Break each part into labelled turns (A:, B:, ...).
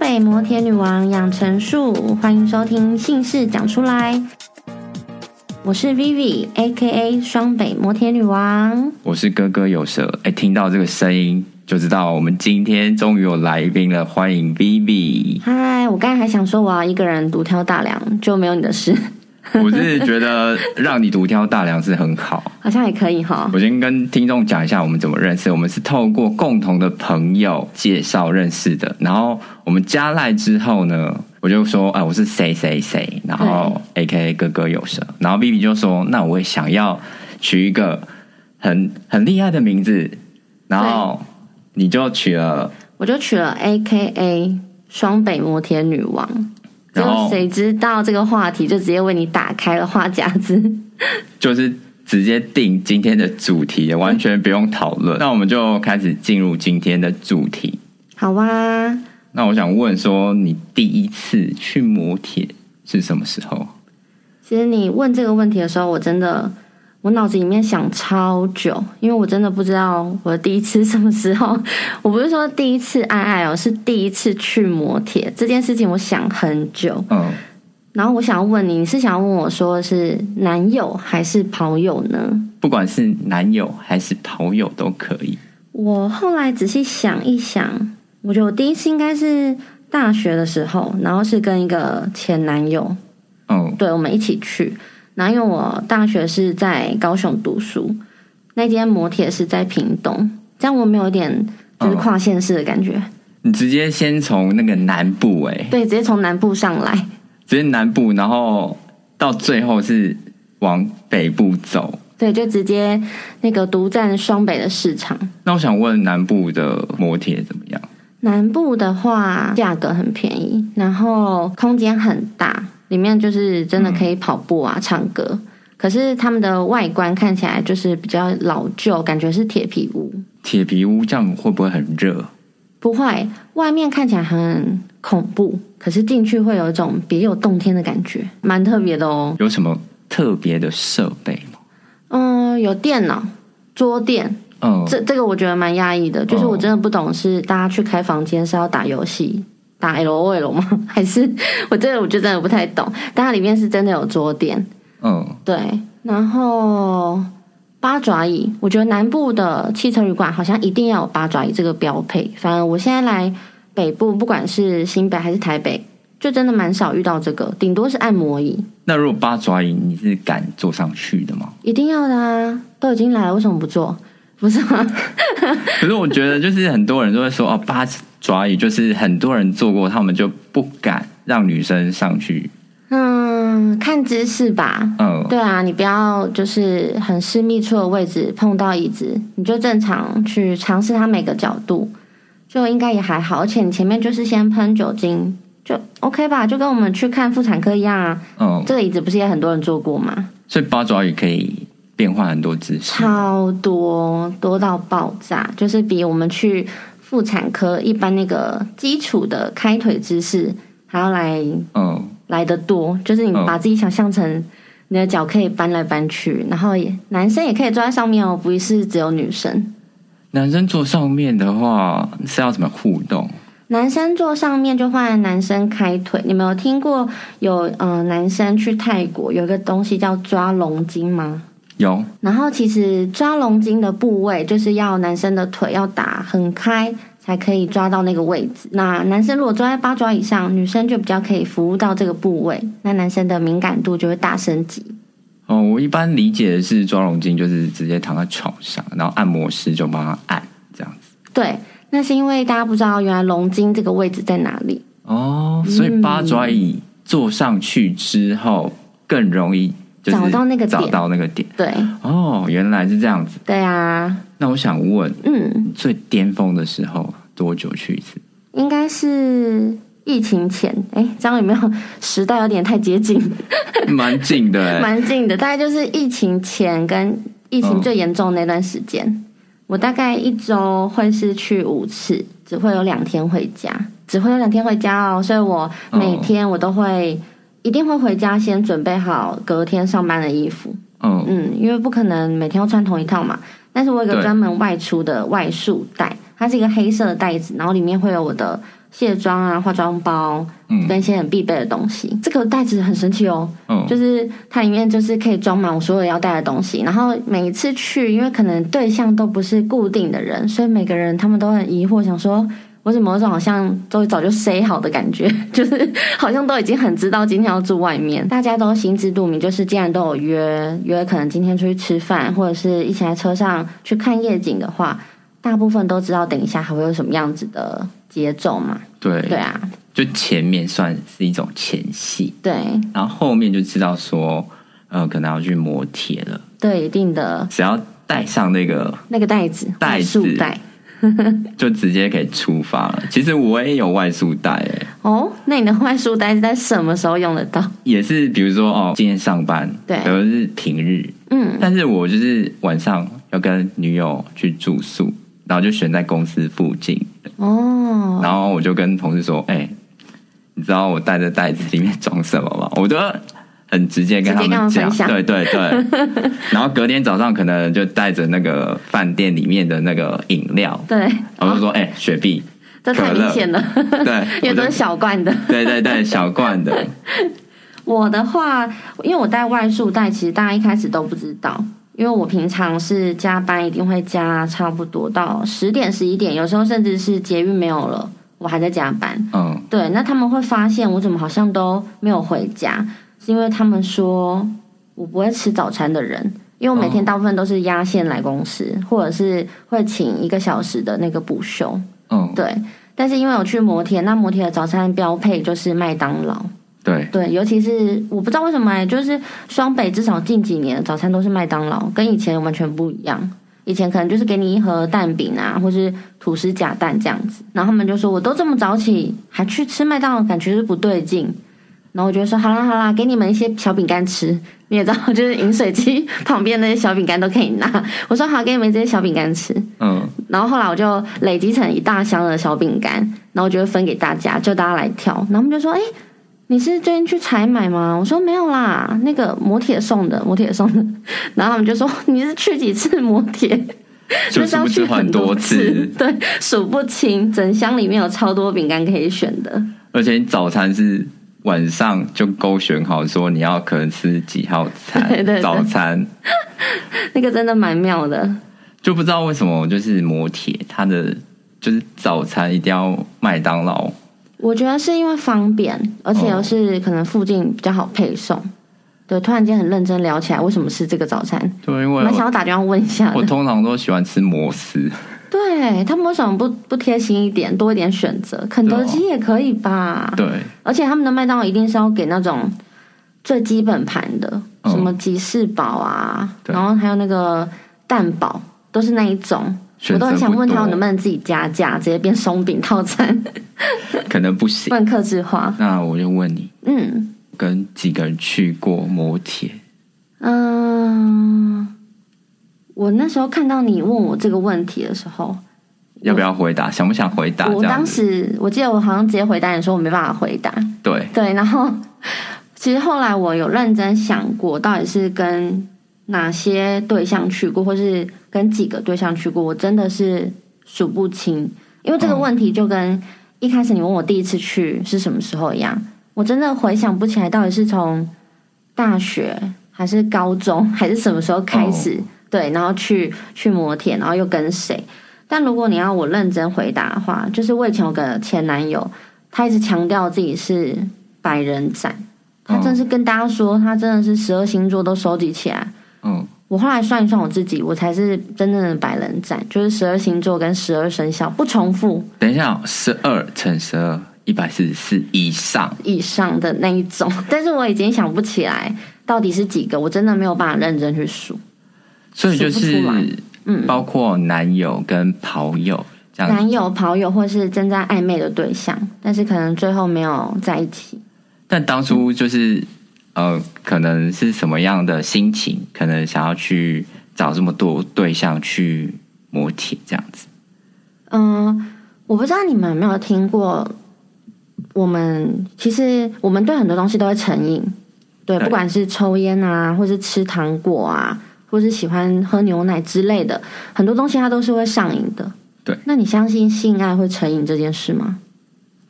A: 位摩铁女王养成术，欢迎收听《姓氏讲出来》，我是 Vivi，A.K.A 双北摩铁女王。
B: 我是哥哥有舌，哎，听到这个声音就知道我们今天终于有来宾了，欢迎 Vivi。
A: 嗨，我刚才还想说我要一个人独挑大梁，就没有你的事，
B: 我是觉得让你独挑大梁是很好。
A: 好像也可以哈。
B: 我先跟听众讲一下我们怎么认识，我们是透过共同的朋友介绍认识的，然后我们加赖之后呢，我就说，哎、我是谁谁谁，然后 A K A 哥哥有舌，然后 Vivi 就说，那我也想要取一个很很厉害的名字，然后你就取了。
A: 我就取了 A.K.A 双北摩铁女王。结
B: 然后
A: 果谁知道这个话题就直接为你打开了话匣子。
B: 就是直接定今天的主题，完全不用讨论。那我们就开始进入今天的主题。
A: 好啊，
B: 那我想问说，你第一次去摩铁是什么时候？
A: 其实你问这个问题的时候，我真的我脑子里面想超久，因为我真的不知道我的第一次什么时候。我不是说第一次爱爱哦，是第一次去摩铁这件事情，我想很久。
B: 嗯，
A: 然后我想要问你，你是想要问我说是男友还是跑友呢？
B: 不管是男友还是跑友都可以。
A: 我后来仔细想一想，我觉得我第一次应该是大学的时候，然后是跟一个前男友，
B: 嗯，
A: 对，我们一起去。然后因为我大学是在高雄读书，那间摩铁是在屏东，这样我没有一点就是跨县市的感觉，
B: 你直接先从那个南部、欸，
A: 对，直接从南部上来，
B: 直接南部，然后到最后是往北部走。
A: 对，就直接那个独占双北的市场。
B: 那我想问南部的摩铁怎么样？
A: 南部的话，价格很便宜，然后空间很大，里面就是真的可以跑步啊、唱歌。可是他们的外观看起来就是比较老旧，感觉是铁皮屋。
B: 铁皮屋这样会不会很热？
A: 不会，外面看起来很恐怖，可是进去会有一种别有洞天的感觉，蛮特别的哦。
B: 有什么特别的设备吗？
A: 嗯，有电脑、桌垫，
B: 嗯，
A: 这这个我觉得蛮压抑的，就是我真的不懂是大家去开房间是要打游戏。打 L O L 吗？ 还是我这个我就真的不太懂。但它里面是真的有桌垫，
B: 嗯，
A: 对，然后八爪椅，我觉得南部的汽车旅馆好像一定要有八爪椅这个标配。反正我现在来北部，不管是新北还是台北，就真的蛮少遇到这个，顶多是按摩椅，
B: 那如果八爪鱼，你是敢坐上去的吗？
A: 一定要的啊！都已经来了，为什么不做？不是吗？
B: 可是我觉得，就是很多人都会说，哦，八爪鱼就是很多人坐过，他们就不敢让女生上去。
A: 嗯，看姿势吧。
B: 嗯，
A: 对啊，你不要就是很私密处的位置碰到椅子，你就正常去尝试它每个角度，就应该也还好。而且你前面就是先喷酒精，就 OK 吧，就跟我们去看妇产科一样啊。
B: 嗯，
A: 这个椅子不是也很多人坐过吗？
B: 所以八爪鱼可以变换很多姿势。
A: 超多多到爆炸，就是比我们去妇产科一般那个基础的开腿姿势还要来
B: 嗯，
A: 来的多，就是你
B: 嗯
A: 把自己想象成你的脚可以搬来搬去，然后也男生也可以坐在上面哦，不是只有女生。
B: 男生坐上面的话是要怎么互动？
A: 男生坐上面就换男生开腿，你们有听过有呃男生去泰国有一个东西叫抓龙筋吗？
B: 有，
A: 然后其实抓龙筋的部位就是要男生的腿要打很开才可以抓到那个位置。那男生如果抓在八爪以上，女生就比较可以服务到这个部位，那男生的敏感度就会大升级。
B: 哦，我一般理解的是抓龙筋就是直接躺在床上，然后按摩师就帮他按这样子。
A: 对，那是因为大家不知道原来龙筋这个位置在哪里。
B: 哦，所以八爪椅坐上去之后更容易就是
A: 找到那个点
B: 找到那个点。
A: 对，
B: 哦，原来是这样子。
A: 对啊，
B: 那我想问，
A: 嗯，
B: 最巅峰的时候多久去一次？
A: 应该是疫情前。哎，这样有没有时代有点太接近，
B: 蛮近的、欸，
A: 蛮近的？大概就是疫情前跟疫情
B: 嗯
A: 最严重那段时间，我大概一周会是去五次，只会有两天回家，只会有两天回家哦。所以我每
B: 哦
A: 天我都会。一定会回家先准备好隔天上班的衣服，
B: 嗯，
A: 嗯，因为不可能每天都穿同一套嘛。但是我有一个
B: 对
A: 专门外出的外束带，它是一个黑色的袋子，然后里面会有我的卸妆啊、化妆包
B: 嗯
A: 跟一些很必备的东西。这个袋子很神奇哦，
B: 嗯，
A: 就是它里面就是可以装满我所有要带的东西。然后每一次去，因为可能对象都不是固定的人，所以每个人他们都很疑惑，想说。我怎么有种好像都早就 say 好的感觉， 就是好像都已经很知道今天要住外面，大家都心知肚明。就是既然都有约约，可能今天出去吃饭，或者是一起在车上去看夜景的话，大部分都知道等一下还会有什么样子的节奏嘛。
B: 对
A: 对啊，
B: 就前面算是一种前戏，
A: 对
B: 然后后面就知道说，呃，可能要去磨铁了，
A: 对，一定的
B: 只要带上那个，
A: 那个袋子，
B: 袋
A: 外
B: 子
A: 束带。
B: 就直接可以出发了。其实我也有外宿带、欸，
A: 哦，那你的外书袋是在什么时候用得到？
B: 也是比如说哦，今天上班，
A: 对
B: 可能是平日，
A: 嗯，
B: 但是我就是晚上要跟女友去住宿，然后就选在公司附近，
A: 哦，
B: 然后我就跟同事说：“哎、你知道我带的袋子里面装什么吗？” 我就很直接跟他们
A: 直接跟他们
B: 讲
A: 分，享
B: 对对对。 然后隔天早上可能就带着那个饭店里面的那个饮料，
A: 对，
B: 然后就
A: 哦
B: 说：“哎、雪碧，
A: 这太明显了，
B: 对，
A: 因为
B: 我就
A: 都是小罐的。
B: 对对对，小 罐的，
A: 我的话，因为我带外束带，其实大家一开始都不知道，因为我平常是加班，一定会加差不多到十点十一点，有时候甚至是捷运没有了，我还在加班。
B: 嗯，
A: 对，那他们会发现我怎么好像都没有回家，是因为他们说我不会吃早餐的人，因为我每天
B: 哦
A: 大部分都是压线来公司，或者是会请一个小时的那个补休。
B: 嗯，
A: 对，但是因为我去摩铁，那摩铁的早餐标配就是麦当劳。
B: 对，
A: 对，尤其是我不知道为什么、欸，就是双北至少近几年的早餐都是麦当劳，跟以前完全不一样。以前可能就是给你一盒蛋饼啊，或是吐司夹蛋这样子，然后他们就说我都这么早起还去吃麦当劳，感觉是不对劲。然后我就说好啦好啦，给你们一些小饼干吃，你也知道，就是饮水机 旁边那些小饼干都可以拿。我说好，给你们这些小饼干吃。
B: 嗯，
A: 然后后来我就累积成一大箱的小饼干，然后我就会分给大家，就大家来挑。然后我们就说：“哎、你是最近去采买吗？”我说：“没有啦，那个摩铁送的，摩铁送的。”然后他们就说：“你是去几次摩铁？就
B: 就
A: 是
B: 是
A: 要
B: 不
A: 去
B: 是很
A: 多
B: 多次，，
A: 对，数不清，整箱里面有超多饼干可以选的。
B: 而且你早餐是。”晚上就勾选好说你要可能吃几号 餐
A: 对对对
B: 早餐，
A: 那个真的蛮妙的，
B: 就不知道为什么，就是摩铁它的就是早餐一定要麦当劳，
A: 我觉得是因为方便，而且又是可能附近比较好配送。对，突然间很认真聊起来，为什么是这个早餐？
B: 对，因为
A: 蛮想
B: 我
A: 要打电话问一下的。
B: 我通常都喜欢吃摩斯，
A: 对他们为什么不
B: 嗯
A: 不贴心一点，多一点选择？肯德基也可以吧？
B: 对，
A: 而且他们的麦当劳一定是要给那种最基本盘的，
B: 嗯
A: 什么吉士堡啊，
B: 对
A: 然后还有那个蛋堡，都是那一种。我
B: 选
A: 都
B: 择
A: 很想
B: 不
A: 问他们能不
B: 多，
A: 能自己加价，直接变松饼套餐，
B: 可能不行。
A: 问客制化。
B: 那我就问你，
A: 嗯
B: 跟几个人去过摩铁？
A: 嗯、我那时候看到你问我这个问题的时候，
B: 要不要回答？想不想回答？
A: 我
B: 这样
A: 当
B: 子，
A: 时我记得我好像直接回答你说我没办法回答，
B: 对，
A: 对，然后 其实后来我有认真想过，到底是跟哪些对象去过，或是跟几个对象去过，我真的是数不清，因为这个
B: 嗯
A: 问题就跟一开始你问我第一次去是什么时候一样，我真的回想不起来到底是从大学还是高中还是什么时候开始，对，然后去去摩天，然后又跟谁。但如果你要我认真回答的话，就是我以前有个前男友，他一直强调自己是百人斩，他真是跟大家说，他真的是十二星座都收集起来。
B: 嗯，
A: 我后来算一算我自己，我才是真正的百人斩，就是十二星座跟十二生肖不重复
B: 等一下哦，十二乘十二，一百四十四以上，
A: 以上的那一种。 但是我已经想不起来到底是几个，我真的没有办法认真去数。
B: 所以就
A: 数不出来
B: 是
A: 嗯，
B: 包括男友跟跑友这样子。
A: 男友、跑友或是正在暧昧的对象，但是可能最后没有在一起。
B: 但当初就是呃，可能是什么样的心情，可能想要去找这么多对象去磨铁这样子。
A: 嗯，我不知道你们有没有听过，我们其实我们对很多东西都会成瘾，对，
B: 对
A: 不管是抽烟啊，或是吃糖果啊，或是喜欢喝牛奶之类的，很多东西它都是会上瘾的。
B: 对，
A: 那你相信性爱会成瘾这件事吗？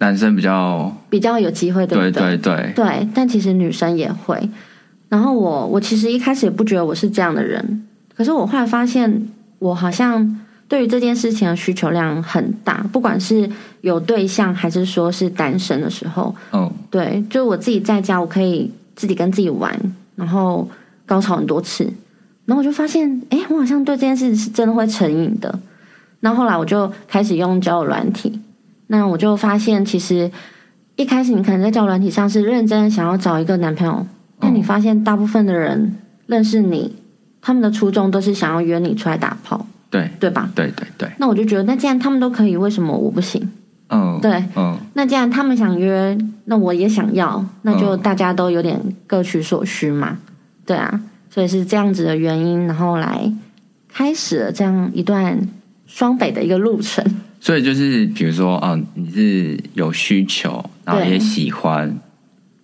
B: 男生比较
A: 比较有机会，对不
B: 对对对，
A: 对，但其实女生也会。然后我我其实一开始也不觉得我是这样的人，可是我后来发现，我好像对于这件事情的需求量很大，不管是有对象还是说是单身的时候，
B: 嗯，
A: 对，就是我自己在家，我可以自己跟自己玩，然后高潮很多次，然后我就发现，哎，我好像对这件事是真的会成瘾的。那后来我就开始用交友软体，那我就发现，其实一开始你可能在交友软体上是认真地想要找一个男朋友，但你发现大部分的人认识你，他们的初衷都是想要约你出来打炮，
B: 对
A: 对吧？
B: 对对对，
A: 那我就觉得，那既然他们都可以，为什么我不行？
B: 嗯，
A: 对，
B: 嗯
A: 那既然他们想约，那我也想要，那就大家都有点各取所需嘛，对啊，所以是这样子的原因，然后来开始了这样一段双北的一个路程。
B: 所以就是比如说，嗯，你是有需求，然后
A: 对
B: 也喜欢，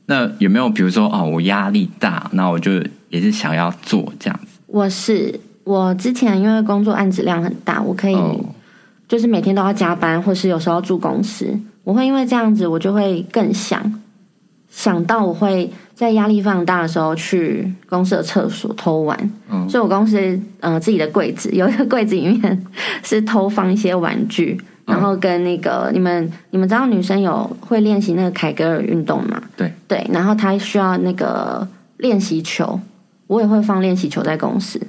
B: 那有没有比如说，哦，我压力大，那我就也是想要做这样子，
A: 我是我之前因为工作案子量很大，我可以
B: 哦，
A: 就是每天都要加班，或是有时候住公司，我会因为这样子，我就会更想想到我会在压力非常大的时候去公司的厕所偷玩。
B: 嗯
A: 所以我公司呃自己的柜子有一个柜子里面是偷放一些玩具，
B: 嗯
A: 然后跟那个、你们你们知道女生有会练习那个凯格尔运动吗？
B: 对
A: 对，然后她需要那个练习球，我也会放练习球在公司，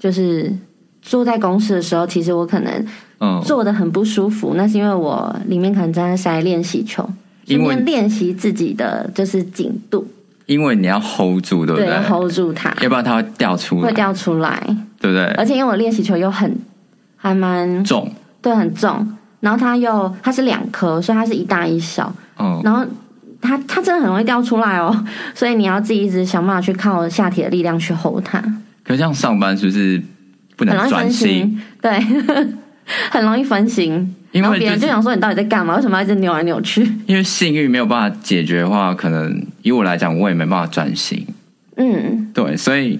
A: 就是坐在公司的时候，其实我可能
B: 嗯，
A: 坐的很不舒服，那是因为我里面可能正在塞练习球，
B: 因
A: 顺便
B: 为
A: 练习自己的就是紧度，
B: 因为你要 hold 住，对不
A: 对，
B: 对
A: 要？hold 住它，
B: 要不然它会掉出
A: 会
B: 来，
A: 掉出来。
B: 对不对？
A: 而且因为我练习球又很还蛮
B: 重，
A: 对很重，然后它又它是两颗，所以它是一大一小，
B: 嗯，
A: 然后它它真的很容易掉出来哦， 所以你要自己一直想办法去靠下体的力量去 hold 它，
B: 可是这样上班是不是不
A: 很容
B: 能
A: 易
B: 专
A: 分
B: 心？
A: 心，对， 很容易分心，
B: 因
A: 然后
B: 为
A: 别人
B: 是
A: 就想说你到底在干嘛，为什么要一直扭来扭去？
B: 因为性欲没有办法解决的话，可能以我来讲，我也没办法专心。
A: 嗯，
B: 对，所以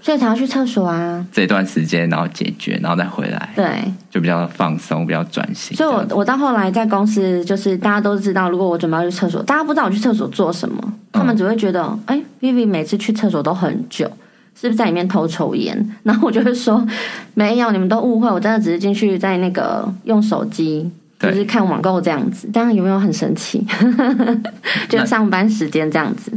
A: 所以才要去厕所啊，
B: 这段时间然后解决，然后再回来
A: 对。
B: 就比较放松，比较专心。
A: 所以
B: 这
A: 我
B: 样
A: 我到后来在公司，就是大家都知道，如果我准备要去厕所，大家不知道我去厕所做什么，
B: 嗯
A: 他们只会觉得，哎、v i v i 每次去厕所都很久，是不是在里面偷抽烟？ 然后我就会说，没有，你们都误会，我真的只是进去在那个用手机。就
B: 对
A: 是看网购这样子，这样有没有很神奇？ 就是上班时间这样子，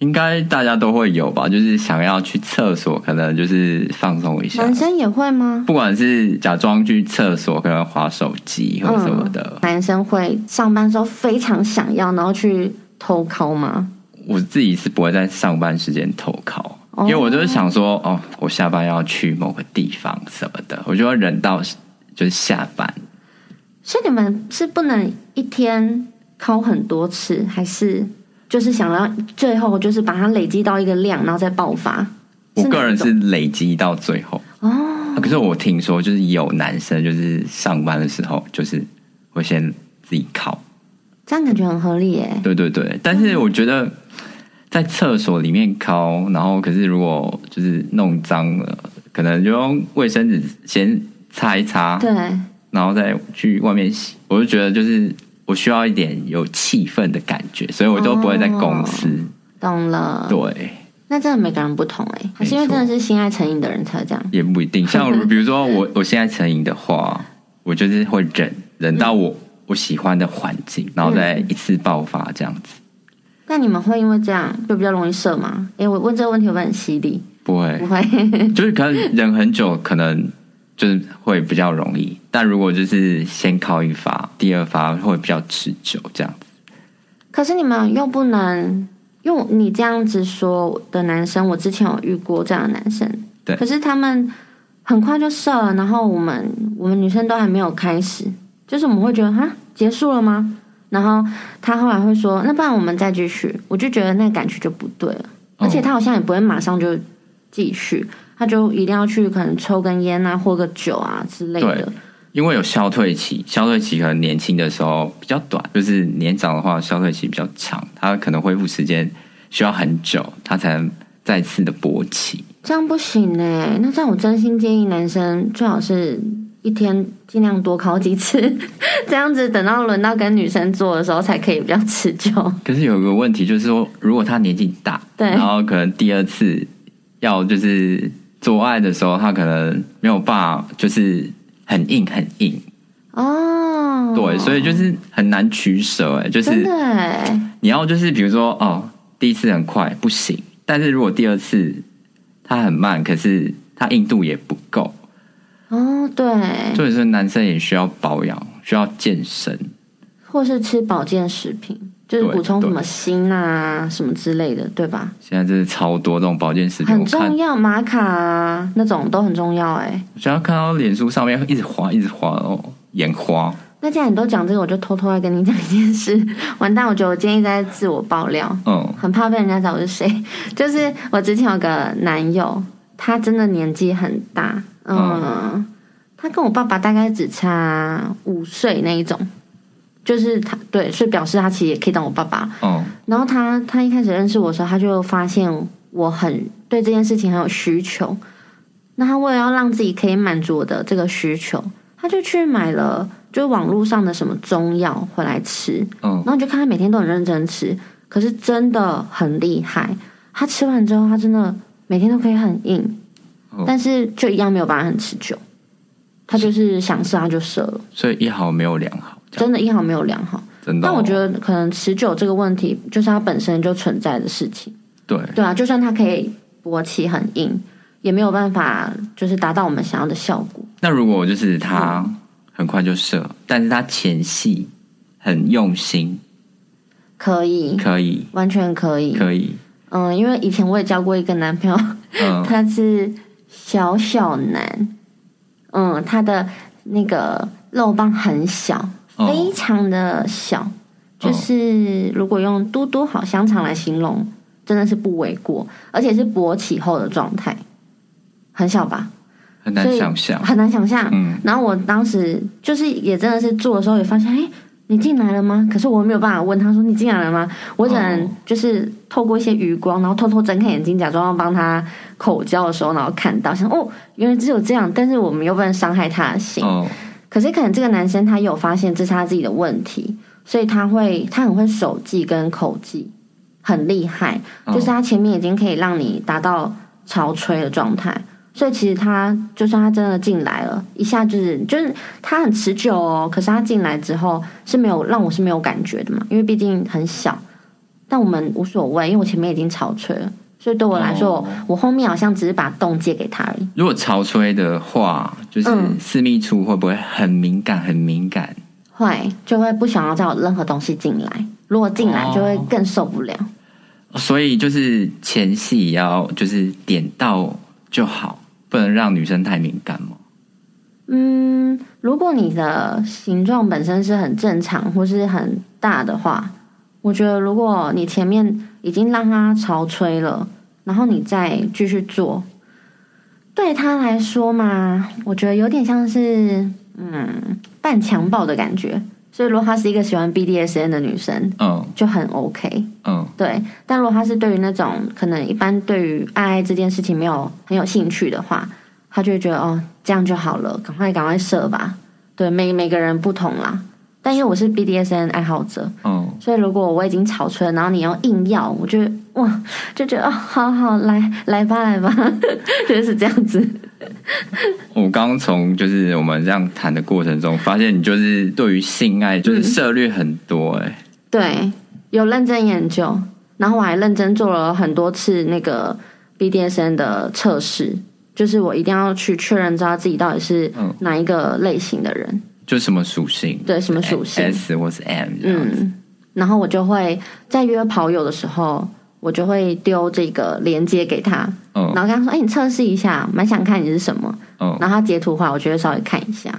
B: 应该大家都会有吧，就是想要去厕所，可能就是啊放松一下
A: 男。生也会吗？
B: 不管是假装去厕所，可能划手机或什么的，
A: 嗯男生会上班的时候非常想要，然后去偷抠吗？
B: 我自己是不会在上班时间偷考，
A: 哦
B: 因为我就是想说，哦，我下班要去某个地方什么的，我就要忍到就是下班。
A: 所以你们是不能一天考很多次，还是就是想要最后就是把它累积到一个量，然后再爆发？
B: 我
A: 哪一种
B: 个人是累积到最后。啊
A: 哦，
B: 可是我听说，就是有男生就是上班的时候，就是会先自己考。
A: 这样感觉很合理耶。
B: 对对对，但是我觉得在厕所里面考，然后可是如果就是弄脏了，可能就用卫生纸先擦一擦，
A: 对，
B: 然后再去外面洗。我就觉得就是我需要一点有气氛的感觉，所以我都不会在公司。
A: 懂了。
B: 对，
A: 那真的每个人不同哎，还是因为
B: 没错
A: 真的是性爱成瘾的人才会这样。
B: 也不一定。像我比如说我我现在成瘾的话，我就是会忍忍到我、我喜欢的环境，然后再一次爆发这样子。
A: 那你们会因为这样就比较容易射吗？哎，我问这个问题会不会很犀利？
B: 不会
A: 不，会，
B: 就是可能忍很久，可能就是会比较容易。但如果就是先靠一发，第二发会比较持久这样。
A: 可是你们又不能用你这样子说的男生，我之前有遇过这样的男生，
B: 对
A: 可是他们很快就射了，然后我们我们女生都还没有开始，就是我们会觉得哈结束了吗？然后他后来会说，那不然我们再继续，我就觉得那感觉就不对了，
B: 哦
A: 而且他好像也不会马上就继续，他就一定要去可能抽根烟啊，或个酒啊之类的
B: 对，因为有消退期，消退期可能年轻的时候比较短，就是年长的话消退期比较长，它可能恢复时间需要很久，它才能再次的勃起。
A: 欸这样不行呢、那这样我真心建议男生最好是一一天尽量多考几次， 这样子等到轮到跟女生做的时候才可以比较持久。
B: 可是有一个问题就是说，如果他年纪大，
A: 对
B: 然后可能第二次要就是做爱的时候，他可能没有办法，就是很硬很硬，
A: 哦，
B: 对，所以就是很难取舍，哎，就
A: 真
B: 是
A: 的哎，
B: 你要就是比如说哦，第一次很快不行，但是如果第二次他很慢，可是他硬度也不够，
A: 哦对，
B: 所以说男生也需要保养，需要健身，
A: 或是吃保健食品，就是
B: 对
A: 补充什
B: 对
A: 么锌啊什么之类的，对吧？
B: 现在真是超多这种保健食品，
A: 很
B: 我看
A: 重要，玛卡啊那种都很重要哎。
B: 我只要看到脸书上面一直滑，一直滑哦，眼花。
A: 那既然你都讲这个，我就偷偷来跟你讲一件事。完蛋，我觉得我今天一直在自我爆料。
B: 嗯，
A: 很怕被人家知道我是谁。 就是我之前有个男友，他真的年纪很大，嗯，他跟我爸爸大概只差五岁那一种，就是他对，所以表示他其实也可以当我爸爸。
B: 哦，
A: 然后他他一开始认识我的时候，他就发现我很对这件事情很有需求，那他为了要让自己可以满足我的这个需求，他就去买了就是网络上的什么中药回来吃，
B: 嗯
A: 然后你就看他每天都很认真吃，可是真的很厉害，他吃完之后他真的每天都可以很硬，
B: 哦
A: 但是就一样没有办法很持久，他就是想射他就射了，
B: 所以一毫没有两毫，这样
A: 真的一毫没有良好。
B: 真的、
A: 但
B: 哦。
A: 我觉得可能持久这个问题，就是它本身就存在的事情。
B: 对，
A: 对啊，就算它可以勃起很硬，也没有办法就是达到我们想要的效果。
B: 那如果就是他很快就射，但是他前戏很用心，
A: 可以，
B: 可以，
A: 完全可以。
B: 可以，
A: 嗯，因为以前我也交过一个男朋友，
B: 嗯，
A: 他是小小男，嗯，他的那个肉棒很小，非
B: 哦，
A: 常的小，就
B: 哦
A: 是如果用嘟嘟好香肠来形容，真的是不为过，而且是勃起后的状态，很小吧，
B: 很难
A: 所以
B: 想象，
A: 很难想象。
B: 嗯，
A: 然后我当时就是也真的是做的时候，也发现，哎，你进来了吗？可是我没有办法问他说你进来了吗？我只能
B: 哦
A: 就是透过一些余光，然后偷偷睁开眼睛，假装要帮他口交的时候，然后看到，想哦，原来只有这样，但是我们又不能伤害他的心。
B: 哦，
A: 可是可能这个男生他有发现这是他自己的问题，所以他会他很会手技跟口技，很厉害，
B: 哦
A: 就是他前面已经可以让你达到潮吹的状态。所以其实他就算他真的进来了，一下就是就是他很持久哦，可是他进来之后是没有让我是没有感觉的嘛，因为毕竟很小，但我们无所谓，因为我前面已经潮吹了，所以对我来说，
B: 哦
A: 我后面好像只是把洞借给他而已。
B: 如果潮吹的话，就是
A: 嗯
B: 私密处会不会很敏感？很敏感，
A: 会就会不想要再有任何东西进来，如果进来
B: 哦
A: 就会更受不了。
B: 所以就是前戏也要就是点到就好，不能让女生太敏感嘛。
A: 嗯，如果你的形状本身是很正常或是很大的话，我觉得如果你前面已经让它潮吹了，然后你再继续做，对他来说嘛，我觉得有点像是嗯半强暴的感觉。所以如果她是一个喜欢 BDSN 的女生，
B: 嗯
A: 就很 OK。
B: 嗯
A: 对，但如果他是对于那种可能一般对于爱爱这件事情没有很有兴趣的话，他就会觉得哦，这样就好了，赶快赶快射吧。对，每每个人不同啦。但因为我是 BDSN 爱好者，
B: 嗯，
A: 所以如果我已经草吹了，然后你要硬要，我就哇就觉得哦，好好来来吧来吧， 就是这样子。
B: 我刚刚从就是我们这样谈的过程中，发现你就是对于性爱就是涉略很多哎、
A: 对，有认真研究，然后我还认真做了很多次那个 BDSN 的测试，就是我一定要去确认知道自己到底是
B: 嗯
A: 哪一个类型的人，
B: 就什么属性，
A: 对什么属性，
B: S 或是 M 啊这样子。
A: 嗯，然后我就会在约跑友的时候，我就会丢这个链接给他，
B: 嗯
A: 然后跟他说：“哎、你测试一下，蛮想看你是什么。”
B: 嗯，
A: 然后他截图的话，我就会稍微看一下。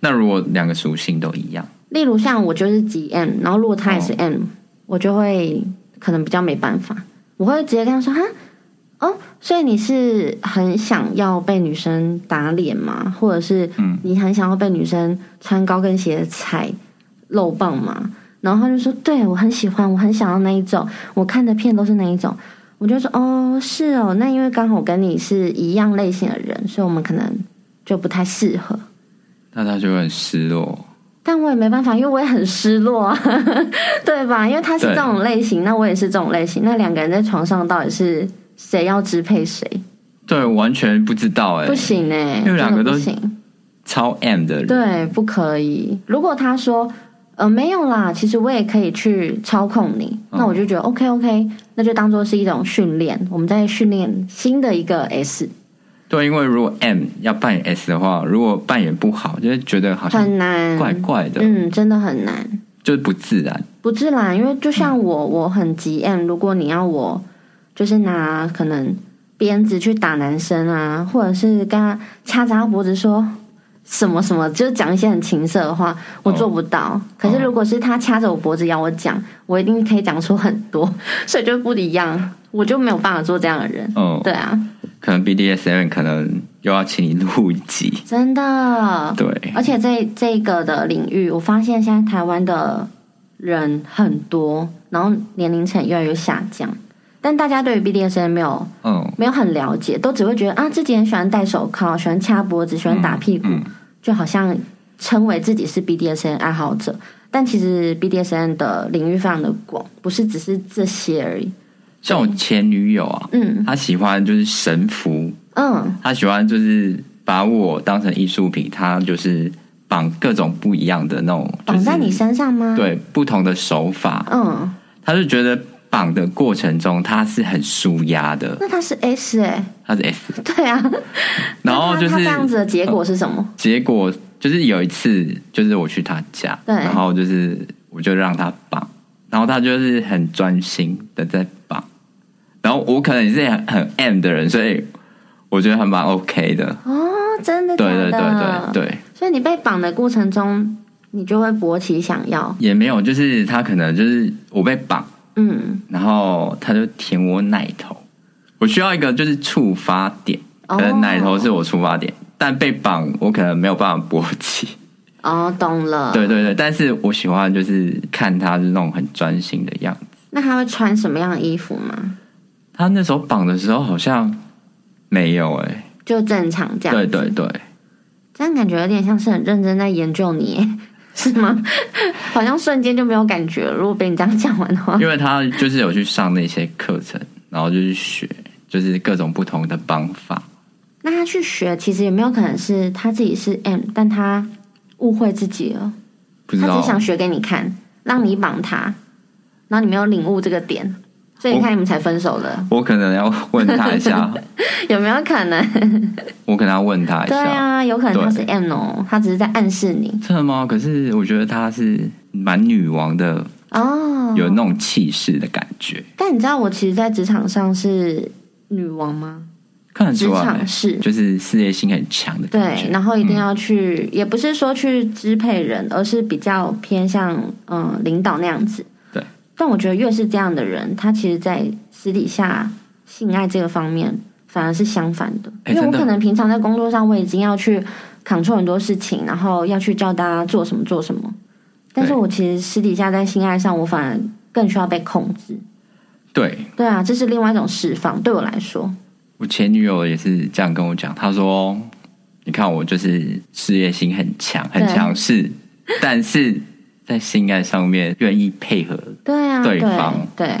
B: 那如果两个属性都一样，
A: 例如像我就是几 M，然后如果他也是 M，、我就会可能比较没办法，我会直接跟他说哈。哦，所以你是很想要被女生打脸吗？或者是
B: 嗯
A: 你很想要被女生穿高跟鞋踩肉棒吗？然后他就说：“对我很喜欢，我很想要那一种，我看的片都是那一种。”我就说：“哦，是哦，那因为刚好我跟你是一样类型的人，所以我们可能就不太适合。”
B: 那他就会很失落。
A: 但我也没办法，因为我也很失落、啊， 对吧？因为他是这种类型，那我也是这种类型，那两个人在床上到底是谁要支配谁？
B: 对，完全不知道哎、
A: 不行哎、欸，
B: 因为两个
A: 真的
B: 都
A: 不行，
B: 超 M 的人，
A: 对，不可以。如果他说呃没有啦，其实我也可以去操控你，
B: 嗯
A: 那我就觉得 OK OK，那就当做是一种训练，我们在训练新的一个 S，
B: 对，因为如果 M 要扮演 S 的话，如果扮演不好，就会觉得好像
A: 很难，
B: 怪怪的，
A: 嗯，真的很难。
B: 就是不自然。
A: 不自然，因为就像我，我很急 M。如果你要我，就是拿可能鞭子去打男生啊，或者是跟他掐着他脖子说什么什么，就是讲一些很情色的话，我做不到。可是如果是他掐着我脖子要我讲，我一定可以讲出很多， 所以就不一样，我就没有办法做这样的人。
B: 嗯，
A: 对啊，
B: 可能 BDSM 可能又要请你录一集，
A: 真的。
B: 对，
A: 而且这这个的领域，我发现现在台湾的人很多，然后年龄层越来越下降，但大家对于 BDSM 没有
B: 嗯，
A: 没有很了解，都只会觉得啊，自己很喜欢戴手铐，喜欢掐脖子，喜欢打屁股，
B: 嗯
A: 就好像称为自己是 BDSM 爱好者。但其实 BDSM 的领域非常的广，不是只是这些而已。
B: 像我前女友啊，
A: 嗯
B: 她喜欢就是神服，
A: 嗯，
B: 她喜欢就是把我当成艺术品，她就是绑各种不一样的那种，就是
A: 绑在你身上吗？，
B: 对不同的手法，
A: 嗯，
B: 她就觉得绑的过程中她是很舒压的，
A: 那他是 S 哎、
B: 她是 S，
A: 对啊，
B: 然后
A: 那
B: 就
A: 他他这
B: 是哦
A: 样子的结果是什么？
B: 结果就是有一次，就是我去她家，
A: 对
B: 然后就是我就让她绑，然后她就是很专心的在绑，然后我可能也是很很 M 的人，所以我觉得还蛮 OK 的。
A: 哦，真的假
B: 对
A: 的？
B: 对对对对，
A: 所以你被绑的过程中，你就会勃起想要，
B: 也没有，就是他可能就是我被绑，
A: 嗯，
B: 然后他就舔我奶头，我需要一个就是触发点，
A: 哦
B: 可能呃奶头是我触发点，但被绑我可能没有办法勃起。
A: 哦，懂了。
B: 对，对对，但是我喜欢就是看他就是那种很专心的样子。
A: 那他会穿什么样的衣服吗？
B: 他那时候绑的时候好像没有哎、
A: 就正常这样，
B: 对对对，
A: 这样感觉有点像是很认真在研究你耶， 是吗？好像瞬间就没有感觉了。如果被你这样讲完的话，
B: 因为他就是有去上那些课程，然后就去学，就是各种不同的绑法。
A: 那他去学，其实有没有可能是他自己是 M，但他误会自己了，
B: 不知
A: 他
B: 道
A: 只想学给你看，让你绑他，然后你没有领悟这个点，所以你看你们才分手的，
B: 我可能要问他一下，
A: 有没有可能？
B: 我可能要问他一
A: 对
B: 下。
A: 啊，有可能他是
B: 对
A: M 哦，他只是在暗示你
B: 真的吗？可是我觉得她是蛮女王的，
A: 哦。
B: 有那种气势的感觉，
A: 但你知道我其实，在职场上是女王吗？
B: 看得
A: 职
B: 出来
A: 场，是。
B: 就是事业心很强的感
A: 对，
B: 觉。
A: 然后一定要去，也不是说去支配人，而是比较偏向嗯、呃领导那样子。
B: 对。
A: 但我觉得越是这样的人，他其实在私底下性爱这个方面反而是相反的，
B: 哎
A: 因为我
B: 真的
A: 可能平常在工作上我已经要去 control 很多事情，然后要去教大家做什么做什么，但是
B: 对
A: 我其实私底下在性爱上，我反而更需要被控制。
B: 对
A: 对啊，这是另外一种释放，对我来说，
B: 我前女友也是这样跟我讲，她说：“你看我就是事业心很强，很
A: 对
B: 强势，但是在性爱上面愿意配合。
A: 对啊，
B: 对
A: 对
B: 方
A: 对”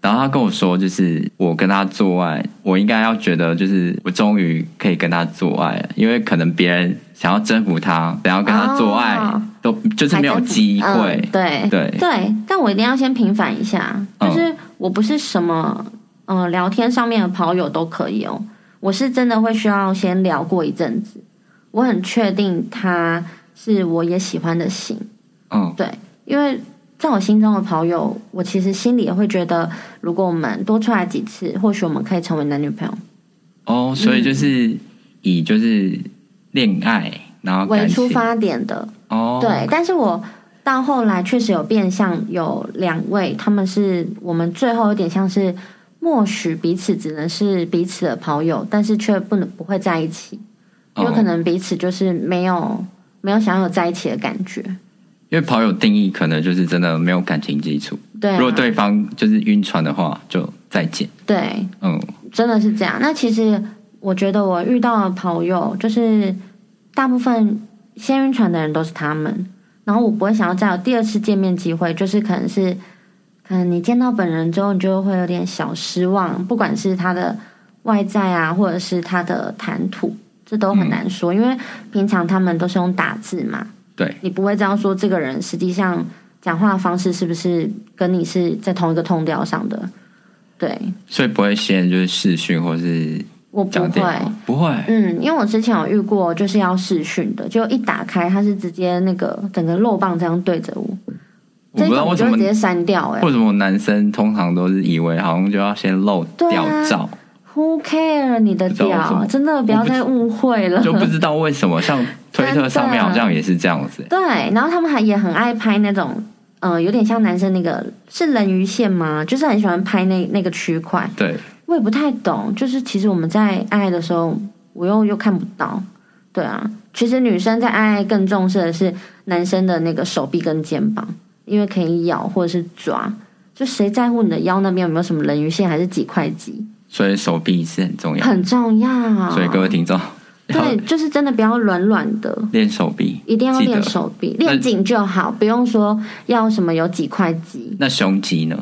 B: 然后她跟我说，就是我跟她做爱，我应该要觉得就是我终于可以跟她做爱了，因为可能别人想要征服她，想要跟她做爱，
A: 哦
B: 都就是没有机会。
A: 嗯对
B: 对
A: 对，但我一定要先平反一下，
B: 嗯
A: 就是我不是什么呃聊天上面的跑友都可以哦，我是真的会需要先聊过一阵子，我很确定他是我也喜欢的型，
B: 嗯，
A: 对，因为在我心中的跑友，我其实心里也会觉得，如果我们多出来几次，或许我们可以成为男女朋友。
B: 哦，所以
A: 嗯
B: 就是以就是恋爱，然后
A: 为
B: 感情
A: 出发点的，
B: 哦，
A: 对。但是我到后来确实有变相，有两位他们是我们最后有点像是默许彼此只能是彼此的朋友，但是却不能不会在一起，
B: 哦
A: 有可能彼此就是没有没有想要有在一起的感觉。
B: 因为跑友定义可能就是真的没有感情基础，
A: 对、啊，
B: 如果对方就是晕船的话，就再见。
A: 对，
B: 嗯，
A: 真的是这样。那其实我觉得我遇到的朋友，就是大部分先晕船的人都是他们，然后我不会想要再有第二次见面机会，就是可能是，可能你见到本人之后，你就会有点小失望，不管是他的外在啊，或者是他的谈吐，这都很难说，因为平常他们都是用打字嘛，
B: 嗯对，
A: 你不会知道说这个人实际上讲话的方式是不是跟你是在同一个通调上的，对
B: 所以不会先就是视讯或是
A: 我不
B: 讲电
A: 会。
B: 话，不会，
A: 嗯，因为我之前有遇过，就是要视讯的，就一打开，他是直接那个整个肉棒这样对着我，
B: 我
A: 这
B: 不知道
A: 种我
B: 为
A: 就会
B: 什么
A: 直接删掉、欸。哎
B: 为什么男生通常都是以为好像就要先露
A: 对
B: 屌
A: 啊
B: 照，
A: ，Who care 你的
B: 不知道为什
A: 屌？
B: 么
A: 真的不要再误会了。。
B: 就不知道为什么像推特上面好像也是这样子
A: 对，然后他们还也很爱拍那种，呃，有点像男生那个是人鱼线吗？就是很喜欢拍那那个区块，
B: 对，
A: 我也不太懂。就是其实我们在爱的时候，我又又看不到。对啊，其实女生在爱更重视的是男生的那个手臂跟肩膀，因为可以咬或者是抓。就谁在乎你的腰那边有没有什么人鱼线还是几块肌，
B: 所以手臂是很重要。
A: 很重要。
B: 所以各位听众要
A: 对，就是真的不要软软的，
B: 练手臂，
A: 一定要
B: 记得
A: 练手臂，
B: 那
A: 练紧就好，不用说要什么有几块肌。
B: 那胸肌呢？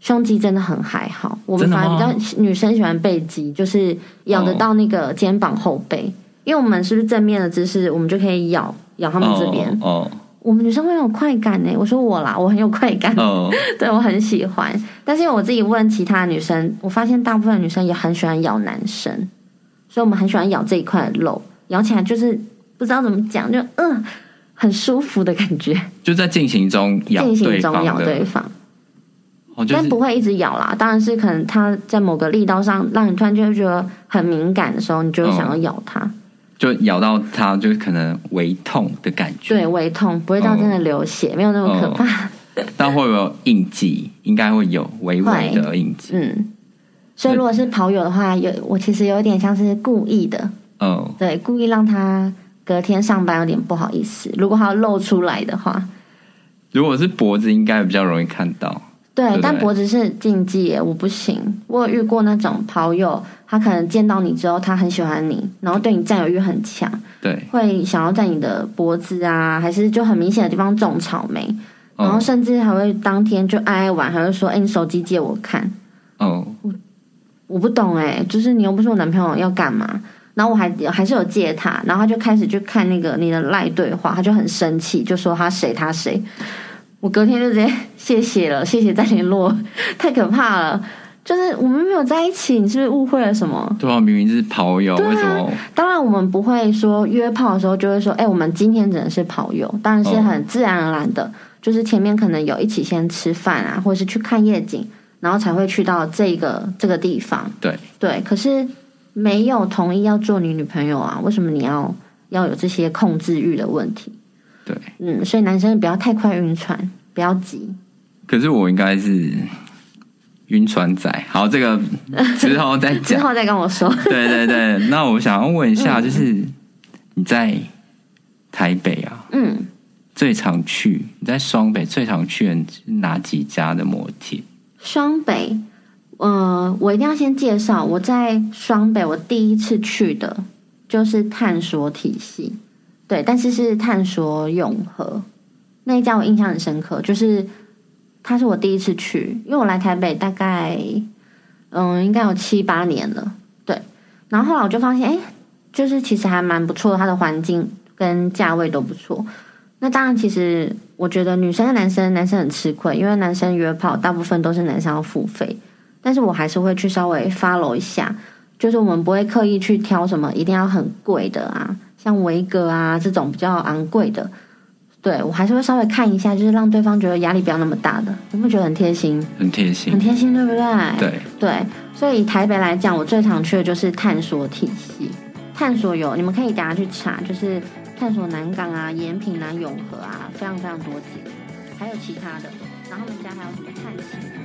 A: 胸肌真的很还好，我们
B: 真的
A: 反而
B: 吗
A: 比较女生喜欢背肌，就是咬得到那个肩膀后背，因为我们是不是正面的姿势，我们就可以咬咬他们这边。
B: 哦
A: 我们女生会很有快感呢、欸我说我啦，我很有快感，
B: 哦，哦
A: 对我很喜欢。但是因为我自己问其他女生，我发现大部分女生也很喜欢咬男生，所以我们很喜欢咬这一块肉，咬起来就是不知道怎么讲，就嗯、呃很舒服的感觉，
B: 就在进行中咬
A: 进行
B: 对
A: 中
B: 方
A: 咬对
B: 的，
A: 方。
B: 哦，就
A: 但
B: 是
A: 不会一直咬啦，当然是可能它在某个力道上，让你突然就会觉得很敏感的时候，你就会想要咬它。
B: 哦就咬到它，就是可能微痛的感觉。
A: 对，胃痛不会到真的流血，没有那么可
B: 哦
A: 怕。
B: 但会不会有印记？应该会有微微的印记。
A: 嗯，所以如果是跑友的话，有我其实有一点像是故意的，
B: 嗯，
A: 对，故意让他隔天上班有点不好意思。如果他要露出来的话，
B: 如果是脖子，应该比较容易看到。
A: 对，
B: 对不对
A: 但脖子是禁忌耶，我不行。我有遇过那种跑友，他可能见到你之后，他很喜欢你，然后对你占有欲很强。
B: 对，
A: 会想要在你的脖子啊，还是就很明显的地方种草莓，然后
B: 嗯
A: 甚至还会当天就爱爱玩，还会说：“哎、你手机借我看。哦
B: 嗯，”
A: 我不懂哎、就是你又不是我男朋友，要干嘛？然后我还还是有借他，然后他就开始去看那个你的赖对话，他就很生气，就说他谁他谁。我隔天就直接谢谢了，谢谢再联络，太可怕了。就是我们没有在一起，你是不是误会了什么？
B: 对啊，明明是跑友，
A: 啊
B: 为什么？
A: 当然，我们不会说约炮的时候就会说，哎、我们今天只能是跑友，当然是
B: 哦
A: 很自然而然的，就是前面可能有一起先吃饭啊，或者是去看夜景，然后才会去到这个这个地方。
B: 对
A: 对，可是没有同意要做你女朋友啊，为什么你要要有这些控制欲的问题？
B: 对，
A: 嗯，所以男生不要太快晕船，不要急。
B: 可是我应该是晕船仔。好，这个之后再
A: 之
B: 讲。
A: 后嗯再跟我说。
B: 对对对，那我想要问 一下，就是你在台北啊，
A: 嗯，
B: 最常去你在双北最常去的是哪几家的摩天？
A: 双北，呃，我一定要先介绍，我在双北我第一次去的就是探索体系，对，但是是探索永和那一家，我印象很深刻，就是它是我第一次去，因为我来台北大概嗯应该有七八年了，对，然后后来我就发现，哎，就是其实还蛮不错的，它的环境跟价位都不错。那当然，其实我觉得女生跟男生，男生很吃亏，因为男生约炮大部分都是男生要付费，但是我还是会去稍微 follow 一下，就是我们不会刻意去挑什么一定要很贵的啊，像维格啊这种比较昂贵的，对我还是会稍微看一下，就是让对方觉得压力不要那么大的，你会觉得很贴心，
B: 很贴
A: 很
B: 心，
A: 贴心，对不对？
B: 对，
A: 对，所以以台北来讲，我最常去的就是探索体系。探索有，你们可以等下去查，就是探索南港啊、延平啊、永和啊，非常非常多间，还有其他的。然后他们家还有什么探险啊？